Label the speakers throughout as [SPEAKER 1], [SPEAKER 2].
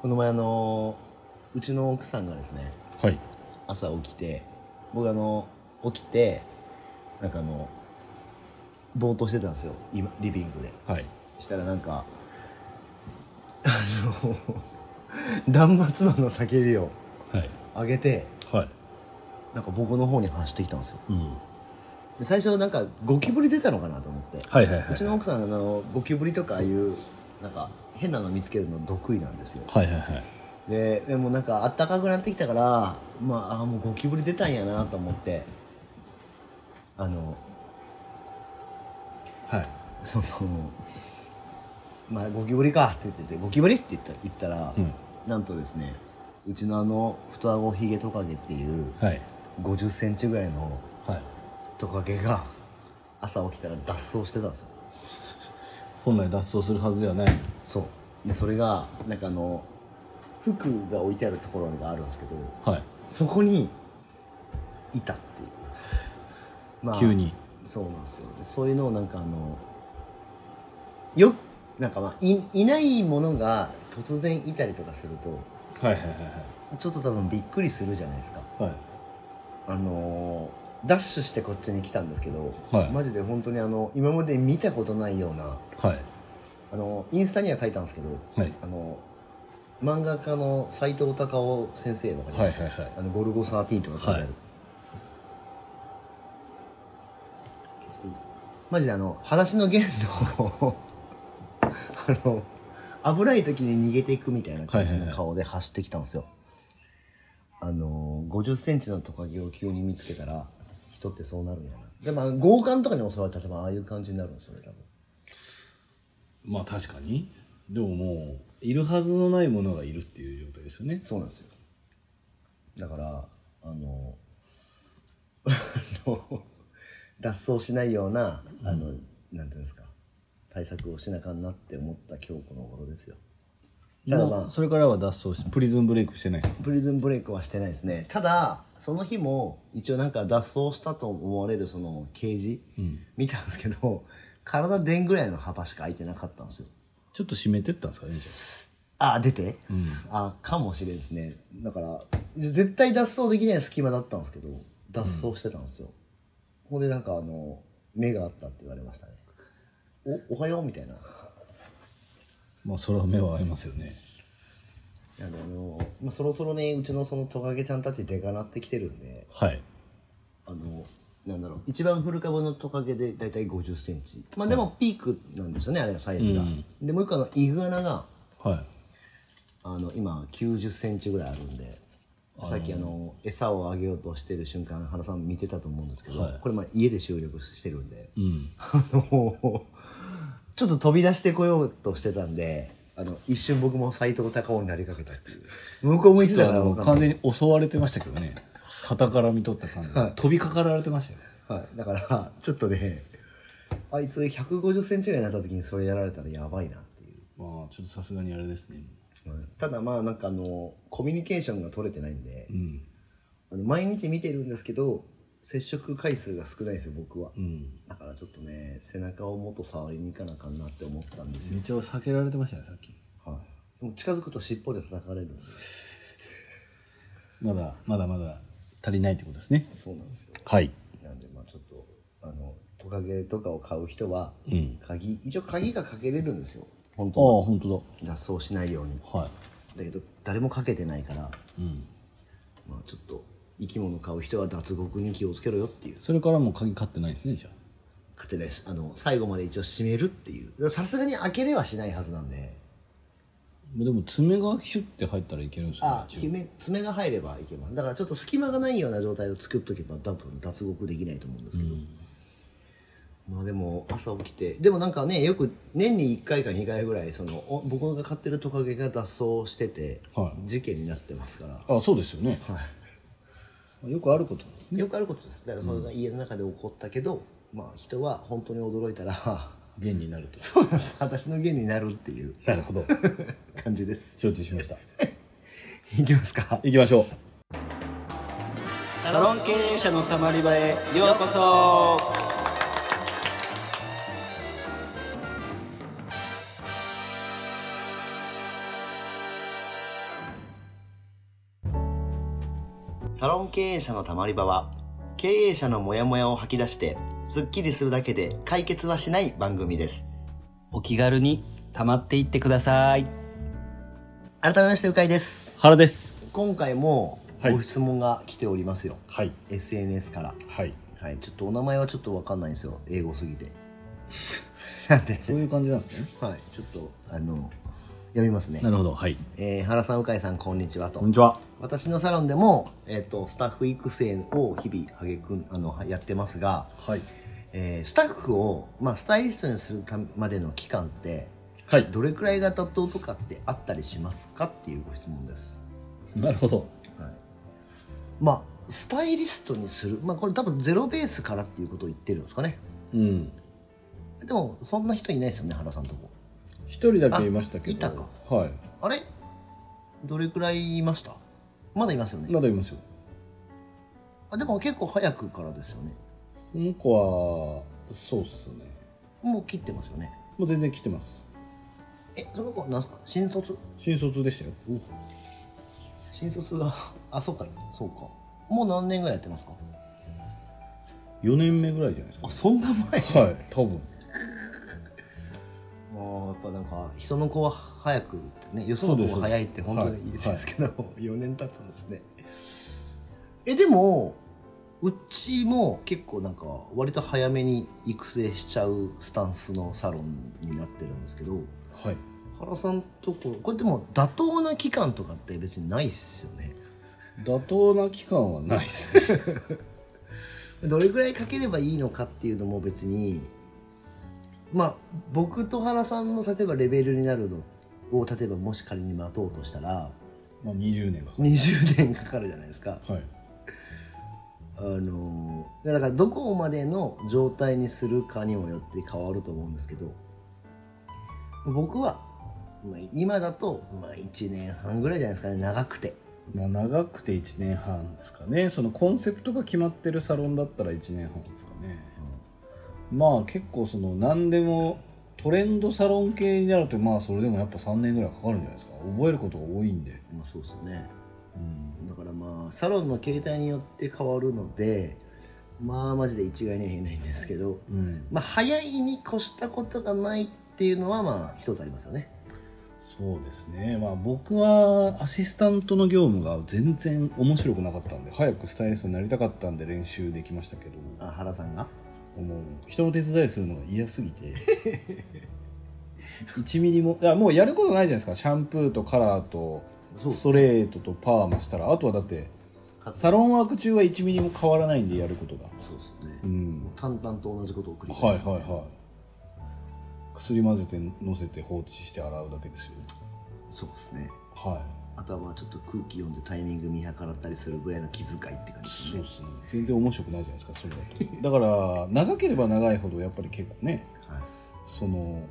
[SPEAKER 1] この前あのうちの奥さんがですね
[SPEAKER 2] はい
[SPEAKER 1] 朝起きて僕あの起きてなんかあのぼーっとしてたんですよ今リビングで
[SPEAKER 2] はい
[SPEAKER 1] したらなんかあの 断末魔の叫びを
[SPEAKER 2] はい
[SPEAKER 1] 上げて
[SPEAKER 2] はい
[SPEAKER 1] なんか僕の方に走ってきたんですよ
[SPEAKER 2] うん
[SPEAKER 1] で最初なんかゴキブリ出たのかなと思って
[SPEAKER 2] はいはいは
[SPEAKER 1] うち
[SPEAKER 2] い
[SPEAKER 1] の奥さんあのゴキブリとかああいうなんか変なの見つけるの得意なんですよ
[SPEAKER 2] はいはいはい
[SPEAKER 1] ででもなんかあったかくなってきたからまああーもうゴキブリ出たんやなと思ってあの
[SPEAKER 2] はい
[SPEAKER 1] そのまあゴキブリかって言っててゴキブリって言った言ったら、
[SPEAKER 2] うん
[SPEAKER 1] なんとですねうちのあの双子ヒゲトカゲっていう
[SPEAKER 2] はい
[SPEAKER 1] 5 0センチぐらいの
[SPEAKER 2] はい
[SPEAKER 1] トカゲが朝起きたら脱走してたんですよ
[SPEAKER 2] 本来脱走するはずではない
[SPEAKER 1] そうでそれがなんかあの服が置いてあるところがあるんですけど
[SPEAKER 2] はい
[SPEAKER 1] そこにいたっていうま
[SPEAKER 2] 急に
[SPEAKER 1] そうなんですよでそういうのをなんかあのよなんかまあいいないものが突然いたりとかすると
[SPEAKER 2] はいはいはい
[SPEAKER 1] ちょっと多分びっくりするじゃないですか
[SPEAKER 2] はいはい
[SPEAKER 1] あのーダッシュしてこっちに来たんですけど、
[SPEAKER 2] はい
[SPEAKER 1] マジで本当にあの今まで見たことないような
[SPEAKER 2] はい
[SPEAKER 1] あのインスタには書いたんですけど、
[SPEAKER 2] はい
[SPEAKER 1] あの漫画家の斎藤隆夫先生わかります
[SPEAKER 2] はいはいはい
[SPEAKER 1] あのゴルゴ13とか書いてある、
[SPEAKER 2] はい
[SPEAKER 1] マジであの話の限度を あの危ない時に逃げていくみたいな感じ
[SPEAKER 2] はいはい
[SPEAKER 1] の
[SPEAKER 2] はい
[SPEAKER 1] 顔で走ってきたんですよ、あの5 0センチのトカゲを急に見つけたら人ってそうなるんやなでまあ強姦とかに襲われたら多分ああいう感じになるんですよね多分
[SPEAKER 2] まあ確かにでももういるはずのないものがいるっていう状態ですよね
[SPEAKER 1] そうなんですよだからあの あの脱走しないようなあの、なんていうんですか対策をしなあかんなって思った今日この頃ですよただまあ
[SPEAKER 2] もうそれからは脱走してプリズンブレイクしてないです
[SPEAKER 1] プリズンブレイクはしてないですねただその日も一応なんか脱走したと思われるそのケージ、見たんですけど体でんぐらいの幅しか空いてなかったんですよ
[SPEAKER 2] ちょっと湿ってったんですかねじ
[SPEAKER 1] あ出て、あかもしれんですねだから絶対脱走できない隙間だったんですけど脱走してたんですよ、ほんでなんかあの目があったって言われましたねおおはようみたいな
[SPEAKER 2] ゃあまあそれは目は合いますよね
[SPEAKER 1] あの、まあ、そろそろねうちのそのトカゲちゃんたちでかなってきてるんで
[SPEAKER 2] はい
[SPEAKER 1] あのなんだろう一番古株のトカゲで大体5 0センチまあでもピークなんですよねあれがサイズが、でもう一個あのイグアナが
[SPEAKER 2] はい
[SPEAKER 1] あの今9 0センチぐらいあるんでさっきあの餌をあげようとしてる瞬間原さん見てたと思うんですけど、
[SPEAKER 2] はい
[SPEAKER 1] これまあ家で収録してるんで、
[SPEAKER 2] うん
[SPEAKER 1] あのちょっと飛び出してこようとしてたんであの一瞬僕も斎藤隆夫になりかけたっていう向こう向いてた
[SPEAKER 2] あ
[SPEAKER 1] から
[SPEAKER 2] の
[SPEAKER 1] 分かん
[SPEAKER 2] 完全に襲われてましたけどね旗から見とった感じで、飛びかかられてましたよ
[SPEAKER 1] ない、はい、だからちょっとねあいつ1 5 0センチぐらいになった時にそれやられたらやばいなっていう、
[SPEAKER 2] まあちょっとさすがにあれですね
[SPEAKER 1] ただまあなんかあのコミュニケーションが取れてないんで
[SPEAKER 2] う、ん
[SPEAKER 1] あの毎日見てるんですけど接触回数が少ないですよ僕は、
[SPEAKER 2] うん
[SPEAKER 1] だからちょっとね背中をもっと触りに行かなあかんなって思ったんですよ、
[SPEAKER 2] めっちゃ避けられてましたねさっき
[SPEAKER 1] はい、でも近づくと尻尾で叩かれるんで
[SPEAKER 2] まだまだまだ足りないってことですね
[SPEAKER 1] そうなんですよ
[SPEAKER 2] はい
[SPEAKER 1] なんでまあちょっとあのトカゲとかを買う人は
[SPEAKER 2] うん
[SPEAKER 1] 鍵一応鍵がかけれるんですよ本
[SPEAKER 2] ああ
[SPEAKER 1] 当は
[SPEAKER 2] 本当
[SPEAKER 1] 脱走しないように
[SPEAKER 2] だはい
[SPEAKER 1] だけど誰もかけてないから、
[SPEAKER 2] ん
[SPEAKER 1] まあちょっと生き物買う人は脱獄に気をつけろよっていう
[SPEAKER 2] それからもう鍵買ってないですねじゃ
[SPEAKER 1] 勝てないですあの最後まで一応閉めるっていうさすがに開けれはしないはずなんで
[SPEAKER 2] あでも爪がヒュッて入ったらいけるんですよね
[SPEAKER 1] あ爪爪が入ればいけますだからちょっと隙間がないような状態を作っとけば多分脱獄できないと思うんですけど、まあでも朝起きてでもなんかねよく年に1回か2回ぐらいそのお僕が飼ってるトカゲが脱走してて、
[SPEAKER 2] は
[SPEAKER 1] 事件になってますから、
[SPEAKER 2] あそうですよね、よくあることなんですね
[SPEAKER 1] よくあることですだからそれが家の中で起こったけど、まあ人は本当に驚いたら
[SPEAKER 2] 現になると
[SPEAKER 1] そうなんです私の芸になるっていう
[SPEAKER 2] なるほど
[SPEAKER 1] 感じです
[SPEAKER 2] 承知しました
[SPEAKER 1] いきますか
[SPEAKER 2] 行きましょう
[SPEAKER 3] サロン経営者のたまり場へようこそ
[SPEAKER 1] サロン経営者のたまり場は経営者のモヤモヤを吐き出してスッキリするだけで解決はしない番組です
[SPEAKER 4] お気軽に溜まっていってください。
[SPEAKER 1] 改めましてうかいです
[SPEAKER 2] 原です
[SPEAKER 1] 今回も
[SPEAKER 2] はい
[SPEAKER 1] ご質問が来ておりますよ、
[SPEAKER 2] はい
[SPEAKER 1] SNS から
[SPEAKER 2] はい
[SPEAKER 1] はいちょっとお名前はちょっとわかんないんですよ英語すぎて なんで
[SPEAKER 2] そういう感じなんですね
[SPEAKER 1] はいちょっとあの読みますね
[SPEAKER 2] なるほどはい
[SPEAKER 1] えー原さん、うかいさん、こんにちはと。
[SPEAKER 2] ちは
[SPEAKER 1] 私のサロンでも、えっとスタッフ育成を日々励くんあのやってますが、
[SPEAKER 2] はい
[SPEAKER 1] えースタッフを、まあ、スタイリストにするためまでの期間って
[SPEAKER 2] はい
[SPEAKER 1] どれくらいが妥当とかってあったりしますかっていうご質問です、
[SPEAKER 2] なるほど
[SPEAKER 1] はい、まあスタイリストにする、まあ、これ多分ゼロベースからっていうことを言ってるんですかね
[SPEAKER 2] うん
[SPEAKER 1] でもそんな人いないですよね原さんとこ
[SPEAKER 2] 一人だけいましたけど
[SPEAKER 1] あいたか
[SPEAKER 2] はい
[SPEAKER 1] あれどれくらいいましたまだいますよね
[SPEAKER 2] まだいますよ
[SPEAKER 1] あでも結構早くからですよね
[SPEAKER 2] その子はそうっすね
[SPEAKER 1] もう切ってますよね
[SPEAKER 2] もう全然来てます
[SPEAKER 1] えその子なんすか新卒
[SPEAKER 2] 新卒でしたよ
[SPEAKER 1] 新卒が あそうかそうかもう何年ぐらいやってますか
[SPEAKER 2] 4年目ぐらいじゃないです
[SPEAKER 1] あそんな前
[SPEAKER 2] かはい多分
[SPEAKER 1] もうやっぱなんか人の子は早くねよその子は早いって本当にいいですけど、4 年経つんですねえでもうちも結構なんか割と早めに育成しちゃうスタンスのサロンになってるんですけど
[SPEAKER 2] はい
[SPEAKER 1] 原さんとここれでも妥当な期間とかって別にないっすよね
[SPEAKER 2] 妥当な期間はないっすね
[SPEAKER 1] どれぐらいかければいいのかっていうのも別にまあ僕と原さんの例えばレベルになるのを例えばもし仮に待とうとしたら
[SPEAKER 2] まあ20年か
[SPEAKER 1] 20年かかるじゃないですか。
[SPEAKER 2] はい
[SPEAKER 1] あのーだからどこまでの状態にするかにもよって変わると思うんですけど僕は、まあ、今だと、まあ、1年半ぐらいじゃないですかね長くて。
[SPEAKER 2] まあ、長くて1年半ですかねそのコンセプトが決まってるサロンだったら1年半ですかね、まあ結構その何でもトレンドサロン系になるとまあそれでもやっぱ3年ぐらいかかるんじゃないですか覚えることが多いんで、
[SPEAKER 1] まあ、そうですね
[SPEAKER 2] うん、
[SPEAKER 1] だからまあサロンの形態によって変わるのでまあマジで一概には言えないんですけど、
[SPEAKER 2] うん、
[SPEAKER 1] まあ、早いに越したことがないっていうのはまあ一つありますよね
[SPEAKER 2] そうですねまあ僕はアシスタントの業務が全然面白くなかったんで早くスタイリストになりたかったんで練習できましたけど
[SPEAKER 1] あ原さんが
[SPEAKER 2] もう人の手伝いするのが嫌すぎて 1ミリもいやもうやることないじゃないですかシャンプーとカラーと
[SPEAKER 1] そう
[SPEAKER 2] ストレートとパーマしたらあとはだってサロンワーク中は1ミリも変わらないんでやることが
[SPEAKER 1] そうですね
[SPEAKER 2] うん
[SPEAKER 1] 淡々と同じことを繰り
[SPEAKER 2] はいは
[SPEAKER 1] 返
[SPEAKER 2] い
[SPEAKER 1] す、ね
[SPEAKER 2] はい薬混ぜてのせて放置して洗うだけですよ
[SPEAKER 1] そうですね
[SPEAKER 2] は
[SPEAKER 1] あとはまあちょっと空気読んでタイミング見計らったりするぐらいの気遣いって感
[SPEAKER 2] い
[SPEAKER 1] じ
[SPEAKER 2] そう
[SPEAKER 1] で
[SPEAKER 2] です
[SPEAKER 1] ね
[SPEAKER 2] すね全然面白くないじゃないですかそれだとだから長ければ長いほどやっぱり結構ね
[SPEAKER 1] はい
[SPEAKER 2] その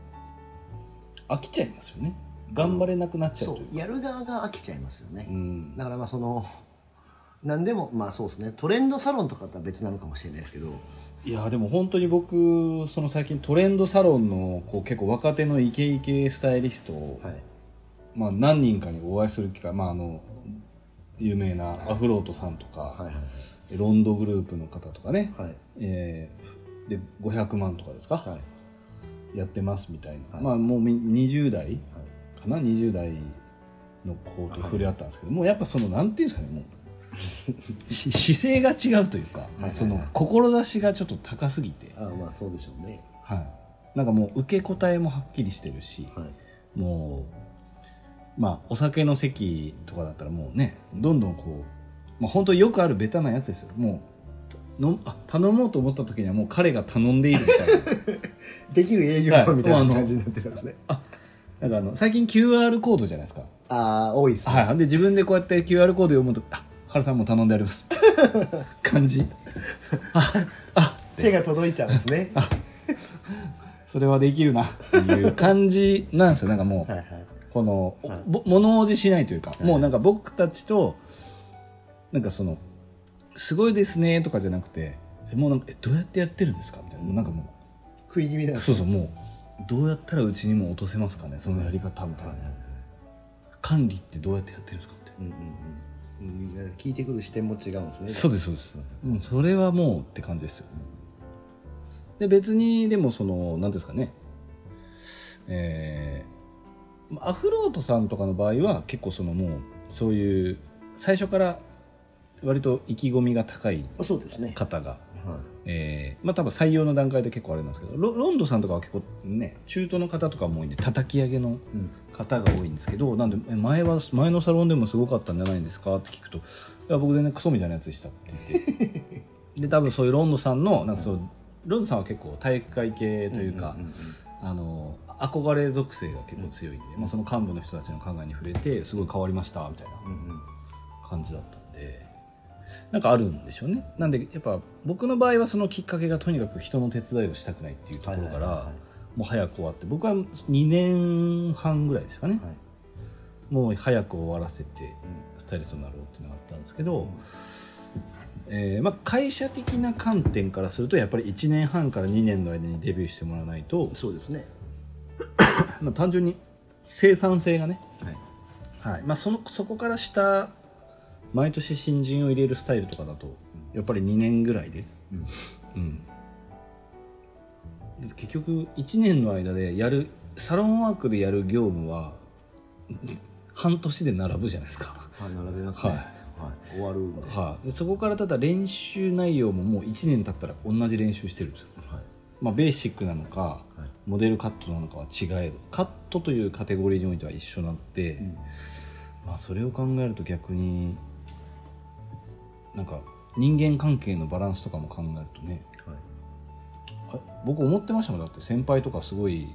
[SPEAKER 2] 飽きちゃいますよね頑張れなくなっちゃう
[SPEAKER 1] そ
[SPEAKER 2] という
[SPEAKER 1] うやる側が飽きちゃいますよね、
[SPEAKER 2] うん
[SPEAKER 1] だからまあその何でもまあそうですねトレンドサロンとかとは別なのかもしれないですけど
[SPEAKER 2] いやでも本当に僕その最近トレンドサロンのこう結構若手のイケイケスタイリストを、
[SPEAKER 1] はい
[SPEAKER 2] まあ、何人かにお会いする機会、まあ、あの有名なアフロートさんとか、
[SPEAKER 1] はいはい
[SPEAKER 2] ロンドグループの方とかね、
[SPEAKER 1] はい
[SPEAKER 2] えーで500万とかですか、
[SPEAKER 1] はいはい
[SPEAKER 2] やってますみたいな、
[SPEAKER 1] はい
[SPEAKER 2] まあもうみ20代かな20代の子と触れ合ったんですけど、もうやっぱそのなんていうんですかねもうし姿勢が違うというか、
[SPEAKER 1] いはいはい
[SPEAKER 2] その志がちょっと高すぎて。
[SPEAKER 1] ああまあそうでしょうね
[SPEAKER 2] はい、なんかもう受け答えもはっきりしてるし、
[SPEAKER 1] はい
[SPEAKER 2] もうまあお酒の席とかだったらもうねどんどんこう、まあ、本当よくあるベタなやつですよもうのあ頼もうと思った時にはもう彼が頼んでいるみたいな
[SPEAKER 1] できる営業マンみたいな感じになってるんですね、
[SPEAKER 2] なんかあの最近 QR コードじゃないですか、
[SPEAKER 1] ああ多いですね、
[SPEAKER 2] はい、で自分でこうやって QR コード読むと「あ原さんもう頼んであります」感じ
[SPEAKER 1] 手が届いちゃうんですね は
[SPEAKER 2] それはできるなっていう感じなんですよなんかもう
[SPEAKER 1] いはい
[SPEAKER 2] この、お
[SPEAKER 1] はい
[SPEAKER 2] ぼ物おじしないというか、
[SPEAKER 1] い
[SPEAKER 2] もうなんか僕たちとなんかその「すごいですね」とかじゃなくてえもうなんかえどうやってやってるんですかみたいな、もうなんかも
[SPEAKER 1] 食い気味なん
[SPEAKER 2] う
[SPEAKER 1] です
[SPEAKER 2] そうそうもうどうやったらうちにも落とせますかねそのやり方みたいな、
[SPEAKER 1] はいはいはい
[SPEAKER 2] 管理ってどうやってやってるんですかみたいな
[SPEAKER 1] うんうんうんみんな聞いてくる視点も違うんですね
[SPEAKER 2] そうですそうです、うん、それはもうって感じですよで別にでもその何ですかねえーまあアフロートさんとかの場合は結構そのもうそういう最初から割と意気込みが高い
[SPEAKER 1] あそうですね
[SPEAKER 2] 方が、
[SPEAKER 1] は
[SPEAKER 2] えーまあ多分採用の段階で結構あれなんですけどロロンドさんとかは結構ね中東の方とかも多いんで叩き上げ
[SPEAKER 1] い、
[SPEAKER 2] の
[SPEAKER 1] うん、
[SPEAKER 2] 方が多いんですけどなんでえ前は前のサロンでもすごかったんじゃないんですかって聞くと「いや僕全然クソみたいなやつでした」って言って で多分そういうロンドさんのなんかそう、ロンドさんは結構体育会系というか、
[SPEAKER 1] んうんうん
[SPEAKER 2] あの憧れ属性が結構強いんで、まあ、その幹部の人たちの考えに触れてすごい変わりましたみたいな
[SPEAKER 1] うんうん
[SPEAKER 2] 感じだったんでなんかあるんでしょうねなんでやっぱ僕の場合はそのきっかけがとにかく人の手伝いをしたくないっていうところか
[SPEAKER 1] はいはいはいは
[SPEAKER 2] らもう早く終わって僕は2年半ぐらいですかね、
[SPEAKER 1] いはい
[SPEAKER 2] もう早く終わらせてスタイリストになろうっていうのがあったんですけど、えーまあ、会社的な観点からするとやっぱり1年半から2年の間にデビューしてもらわないと、
[SPEAKER 1] そうですね
[SPEAKER 2] まあ、単純に生産性がね、
[SPEAKER 1] はい
[SPEAKER 2] はいまあ、そのそこから下毎年新人を入れるスタイルとかだとやっぱり2年ぐらいで、うん結局1年の間でやるサロンワークでやる業務は半年で並ぶじゃないですか。
[SPEAKER 1] はい並べますね
[SPEAKER 2] は
[SPEAKER 1] はいい、終わるんで、は
[SPEAKER 2] はい、でそこからただ練習内容ももう1年経ったら同じ練習してるんですよ、
[SPEAKER 1] い、
[SPEAKER 2] まあ、ベーシックなのか、
[SPEAKER 1] はい
[SPEAKER 2] モデルカットなのかは違えどカットというカテゴリーにおいては一緒なって、
[SPEAKER 1] ん
[SPEAKER 2] まあ、それを考えると逆になんか人間関係のバランスとかも考えるとね
[SPEAKER 1] はい、
[SPEAKER 2] あ僕思ってましたもんだって先輩とかすごい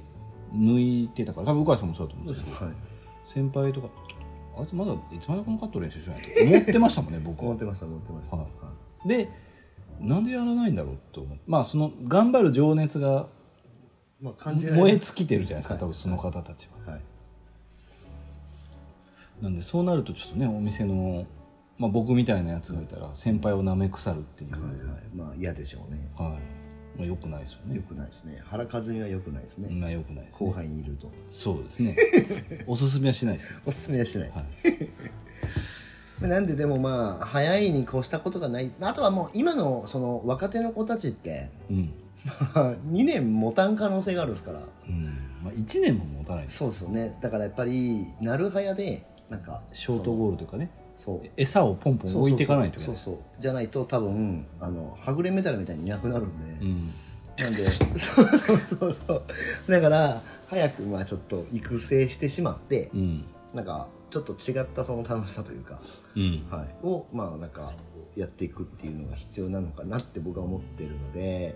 [SPEAKER 2] 抜いてたから多分鵜飼さんもそうだと思うんですけど
[SPEAKER 1] はい、
[SPEAKER 2] 先輩とかあいつまだいつまでこのカット練習しないと思ってましたもんね僕は
[SPEAKER 1] 思っ。てました思ってました、
[SPEAKER 2] は
[SPEAKER 1] はいい
[SPEAKER 2] でなんでやらないんだろうと思うまあその頑張る情熱が
[SPEAKER 1] まあ、感じられ
[SPEAKER 2] 燃え尽きてるじゃないですか
[SPEAKER 1] はい
[SPEAKER 2] 多分その方たちは。
[SPEAKER 1] はい、
[SPEAKER 2] なんでそうなるとちょっとねお店の、まあ、僕みたいなやつがいたら先輩をなめ腐るっていう、
[SPEAKER 1] はいはい、まあ嫌でしょうね
[SPEAKER 2] はいまあ、よくないですよ
[SPEAKER 1] 良
[SPEAKER 2] ね。
[SPEAKER 1] くないですね腹数には良くないですね、
[SPEAKER 2] まあよくないです、ね。
[SPEAKER 1] 後輩にいると
[SPEAKER 2] そうですね。 おすすめはしないですよ。
[SPEAKER 1] おすすめはしない、
[SPEAKER 2] はい
[SPEAKER 1] なんででもまあ早いに越したことがないあとはもう今のその若手の子たちって
[SPEAKER 2] うん。
[SPEAKER 1] 2年持たん可能性があるんですから
[SPEAKER 2] うん。まあ1年も持たないです。
[SPEAKER 1] そうですよねだからやっぱりなるはやでなんか
[SPEAKER 2] ショートゴールというかね
[SPEAKER 1] そう
[SPEAKER 2] 餌をポンポン置いていかないといけ
[SPEAKER 1] そう
[SPEAKER 2] ない。
[SPEAKER 1] そうじゃないと多分あのはぐれメダルみたいにいなくなるんで、
[SPEAKER 2] うん。
[SPEAKER 1] なんでそうそうそうそうだから早くまあちょっと育成してしまって、
[SPEAKER 2] うん。
[SPEAKER 1] なんかちょっと違ったその楽しさというか、
[SPEAKER 2] うん。
[SPEAKER 1] はい、をまあなんかやっていくっていうのが必要なのかなって僕は思ってるので、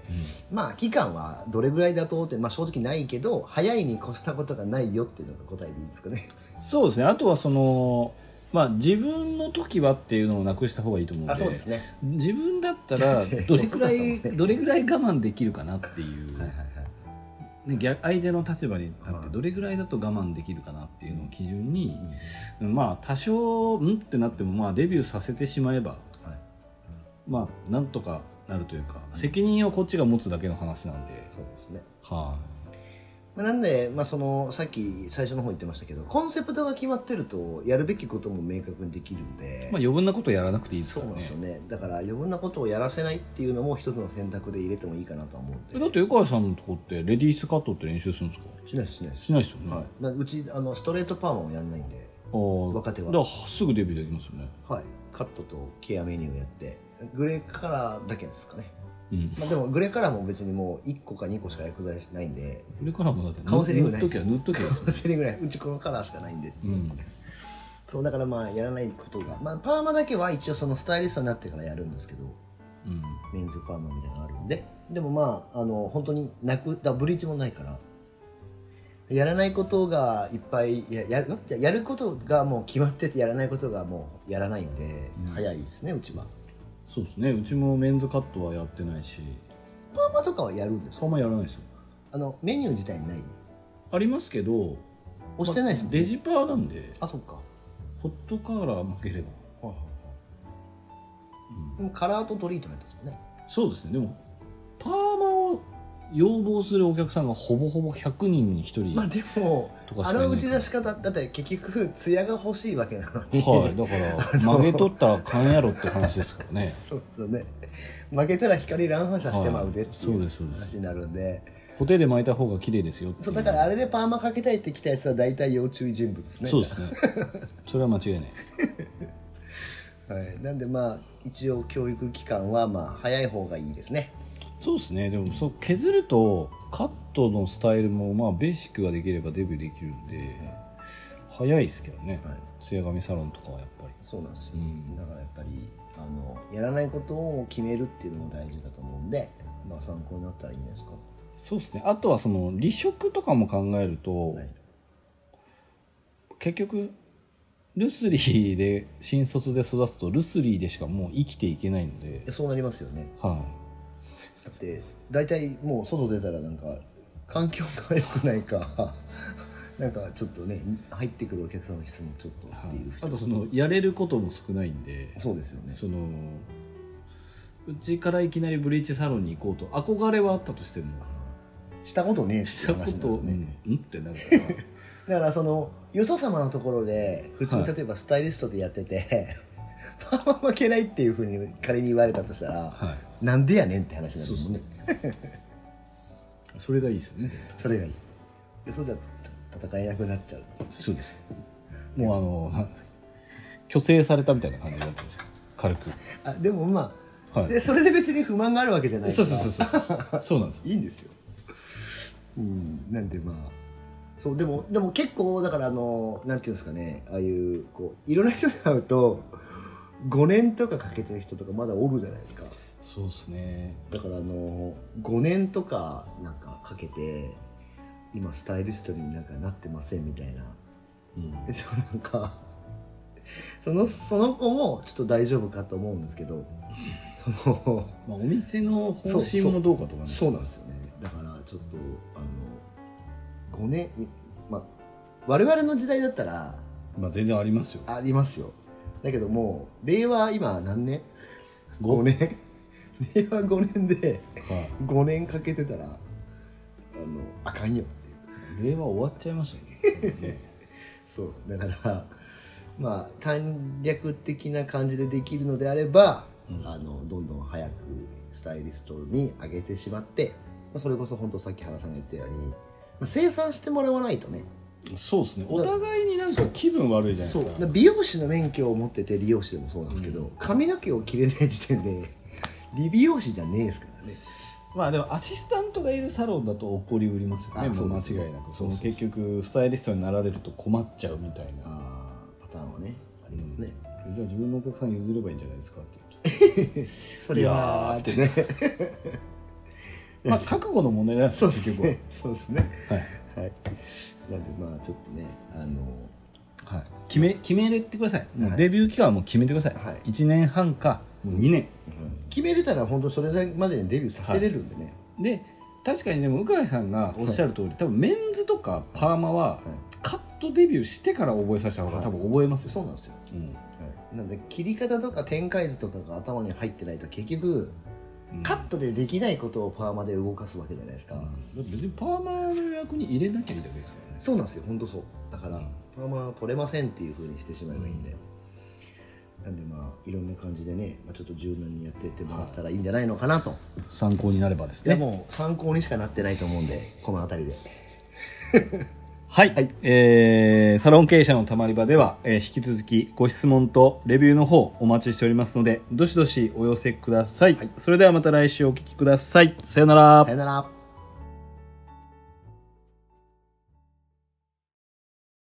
[SPEAKER 1] まあ期間はどれぐらいだとって、まあ、正直ないけど早いに越したことがないよっていうのが答えでいいですかね。
[SPEAKER 2] そうですねあとはそのまあ自分の時はっていうのをなくした方がいいと思うんで
[SPEAKER 1] ね
[SPEAKER 2] 自分だった らどれくらいどれくらい我慢できるかなっていう、
[SPEAKER 1] はいはいはい
[SPEAKER 2] ね逆相手の立場に立ってどれくらいだと我慢できるかなっていうのを基準に、まあ多少んってなってもまあデビューさせてしまえば
[SPEAKER 1] はい、
[SPEAKER 2] まあなんとかなるというか責任をこっちが持つだけの話なんで、
[SPEAKER 1] そうですね
[SPEAKER 2] は
[SPEAKER 1] まあなんで、まあ、そのさっき最初の方言ってましたけどコンセプトが決まってるとやるべきことも明確にできるんで、
[SPEAKER 2] いまあ、余分なことやらなくていいです
[SPEAKER 1] そ
[SPEAKER 2] か
[SPEAKER 1] う
[SPEAKER 2] ら
[SPEAKER 1] なんで
[SPEAKER 2] ね
[SPEAKER 1] すよねだから余分なことをやらせないっていうのも一つの選択で入れてもいいかなとは思うんで
[SPEAKER 2] えだって湯川さんのとこってレディースカットって練習するんですか
[SPEAKER 1] しないですしないです
[SPEAKER 2] しないですよね、
[SPEAKER 1] はい、なうちあのストレートパーマをやんないんで、
[SPEAKER 2] あー
[SPEAKER 1] 若手は
[SPEAKER 2] だからすぐデビューできますよね
[SPEAKER 1] はい、カットとケアメニューをやってグレーカラーだけですかね、
[SPEAKER 2] うん
[SPEAKER 1] まあ、でもグレーカラーも別にもう1個か2個しか薬剤しないんで
[SPEAKER 2] これからもだって
[SPEAKER 1] カウンセリング
[SPEAKER 2] 塗
[SPEAKER 1] な
[SPEAKER 2] っ
[SPEAKER 1] い
[SPEAKER 2] と
[SPEAKER 1] で
[SPEAKER 2] き
[SPEAKER 1] す
[SPEAKER 2] ゃ塗っときゃですよ
[SPEAKER 1] それぐ らいうちこのカラーしかないんで
[SPEAKER 2] うん
[SPEAKER 1] そうだからまあやらないことが、まあ、パーマだけは一応そのスタイリストになってからやるんですけど
[SPEAKER 2] うん
[SPEAKER 1] メンズパーマみたいなのあるんででもまああの本当になくだブリーチもないからやらないことがいっぱいややるんややることがもう決まっててやらないことがもうやらないんで、早いですねうちは
[SPEAKER 2] そうですねうちもメンズカットはやってないし
[SPEAKER 1] パーマとかはやるんです
[SPEAKER 2] あんまやらないですよ
[SPEAKER 1] あのメニュー自体にない
[SPEAKER 2] ありますけど
[SPEAKER 1] 押してないですもん、ね
[SPEAKER 2] デジパーなんで
[SPEAKER 1] あそっか、は
[SPEAKER 2] ホットカーラー負ければ
[SPEAKER 1] あはあはあでもカラーとトリートメントですもんね
[SPEAKER 2] そうですねでもパーマを要望するお客さんがほぼほぼ100人に1人、
[SPEAKER 1] まあでも
[SPEAKER 2] とかしかいない
[SPEAKER 1] 洗う打ち出し方だって結局艶が欲しいわけなのに、
[SPEAKER 2] はいだから曲げとったらあかんやろって話ですからね
[SPEAKER 1] そうですよね負けたら光乱反射してまうでってい
[SPEAKER 2] はいそう
[SPEAKER 1] う
[SPEAKER 2] ですそうです
[SPEAKER 1] 話になるんで
[SPEAKER 2] 固定で巻いた方が綺麗ですよってい
[SPEAKER 1] そうだからあれでパーマかけたいって来たやつは大体要注意人物ですね
[SPEAKER 2] そうですねそれは間違いないです
[SPEAKER 1] はい、なんでまあ一応教育機関はまあ早い方がいいですね
[SPEAKER 2] そうですねでもそう削るとカットのスタイルもまあベーシックができればデビューできるんで早いですけどね、
[SPEAKER 1] はい
[SPEAKER 2] 艶髪サロンとかはやっぱり
[SPEAKER 1] そうなんですよ、だからやっぱりあのやらないことを決めるっていうのも大事だと思うんで、まあ、参考になったらいいんじゃないですか
[SPEAKER 2] そうですねあとはその離職とかも考えると、
[SPEAKER 1] はい
[SPEAKER 2] 結局ルスリーで新卒で育つとルスリーでしかもう生きていけないので
[SPEAKER 1] いや、そうなりますよね
[SPEAKER 2] は
[SPEAKER 1] だって大体もう外出たらなんか環境が良くないか なんかちょっとね入ってくるお客さんの質もちょっと
[SPEAKER 2] い、
[SPEAKER 1] っていう、
[SPEAKER 2] あとそのやれることも少ないんで
[SPEAKER 1] そうですよね
[SPEAKER 2] そのうちからいきなりブリーチサロンに行こうと憧れはあったとしても
[SPEAKER 1] したことねえって
[SPEAKER 2] し
[SPEAKER 1] い
[SPEAKER 2] た
[SPEAKER 1] う
[SPEAKER 2] こ
[SPEAKER 1] 話にな
[SPEAKER 2] と、
[SPEAKER 1] るよね
[SPEAKER 2] うん、うんってなるから
[SPEAKER 1] だからそのよそ様のところで普通に
[SPEAKER 2] はい
[SPEAKER 1] 例えばスタイリストでやってて、 パーマ負けないっていうふうに仮に言われたとしたら、
[SPEAKER 2] は
[SPEAKER 1] なんでやねんって話になるもんね
[SPEAKER 2] それがいいですよね
[SPEAKER 1] それがいいよそじゃ戦えなくなっちゃう
[SPEAKER 2] そうですもうあのは虚勢されたみたいな感じになってました軽く
[SPEAKER 1] あでもまあ、
[SPEAKER 2] はい
[SPEAKER 1] でそれで別に不満があるわけじゃないか
[SPEAKER 2] そう
[SPEAKER 1] ら
[SPEAKER 2] そうそうそうそうなんですよ
[SPEAKER 1] いいんですようんなんでまあそうでもでも結構だからあのなんていうんですかねああいうこういろんな人に会うと5年とかかけてる人とかまだおるじゃないですか
[SPEAKER 2] そうですね
[SPEAKER 1] だからあの5年とかなんかかけて今スタイリストになんかなってませんみたいな
[SPEAKER 2] うん
[SPEAKER 1] でそうなんかそのその子もちょっと大丈夫かと思うんですけどその
[SPEAKER 2] まあ、お店の方
[SPEAKER 1] そう
[SPEAKER 2] 針
[SPEAKER 1] そ
[SPEAKER 2] も
[SPEAKER 1] う
[SPEAKER 2] どうかとかね
[SPEAKER 1] そうなんですよねだからちょっとあの5年いまあ我々の時代だったら
[SPEAKER 2] まあ全然ありますよ
[SPEAKER 1] ありますよだけどもう令和今何年
[SPEAKER 2] ご
[SPEAKER 1] ?5 年 令和5年で
[SPEAKER 2] は
[SPEAKER 1] 5年かけてたらあのあかんよっていう
[SPEAKER 2] い令和終わっちゃいましたねね
[SPEAKER 1] そうだからまあ短略的な感じでできるのであれば、あのどんどん早くスタイリストに上げてしまって、まあ、それこそ本当さっき原さんが言ってたように、まあ、生産してもらわないとね
[SPEAKER 2] そうですねお互いになんか気分悪いじゃない
[SPEAKER 1] そ
[SPEAKER 2] で
[SPEAKER 1] う
[SPEAKER 2] すか
[SPEAKER 1] だから美容師の免許を持ってて理容師でもそうなんですけど、髪の毛を切れない時点で理美容師じゃねえですからね
[SPEAKER 2] まあでもアシスタントがいるサロンだと怒り売りますよね
[SPEAKER 1] あ
[SPEAKER 2] もう
[SPEAKER 1] そう
[SPEAKER 2] 間
[SPEAKER 1] です
[SPEAKER 2] 違いなくその
[SPEAKER 1] そうそうそう
[SPEAKER 2] 結局スタイリストになられると困っちゃうみたいな
[SPEAKER 1] あーパターンはねありますね、
[SPEAKER 2] じゃあ自分のお客さん譲ればいいんじゃないですかって言う
[SPEAKER 1] それはーってね
[SPEAKER 2] と まあ覚悟の問題なんです
[SPEAKER 1] そう
[SPEAKER 2] よ
[SPEAKER 1] です
[SPEAKER 2] 結局は
[SPEAKER 1] ねそうですね
[SPEAKER 2] はい、
[SPEAKER 1] はい、なんでまあちょっとねあの
[SPEAKER 2] はい、決め決めれてください、もう
[SPEAKER 1] はい
[SPEAKER 2] デビュー期間はもう決めてください、
[SPEAKER 1] はい
[SPEAKER 2] 1年半かもう2年
[SPEAKER 1] 決めれたら本当それまでにデビューさせれるんでね、
[SPEAKER 2] で確かにでも向井さんがおっしゃる通り、多分メンズとかパーマはカットデビューしてから覚えさせた方が多分覚えますよ、
[SPEAKER 1] そうなんですよ、
[SPEAKER 2] うん
[SPEAKER 1] なんで切り方とか展開図とかが頭に入ってないと結局カットでできないことをパーマで動かすわけじゃないですか、
[SPEAKER 2] だって別にパーマの予約に入れなきゃいいだけですからね
[SPEAKER 1] そうなんですよ本当そうだから、パーマは取れませんっていうふうにしてしまえばいいんで、なんでまあいろんな感じでね、まあ、ちょっと柔軟にやっていってもらったらいいんじゃないのかなと、
[SPEAKER 2] 参考になればです
[SPEAKER 1] で
[SPEAKER 2] ね
[SPEAKER 1] もう参考にしかなってないと思うんでこの辺りで
[SPEAKER 2] はい、
[SPEAKER 1] はい
[SPEAKER 2] えーサロン経営者のたまり場では、えー引き続きご質問とレビューの方お待ちしておりますのでどしどしお寄せください、
[SPEAKER 1] はい
[SPEAKER 2] それではまた来週お聞きくださいさようなら
[SPEAKER 1] さよなら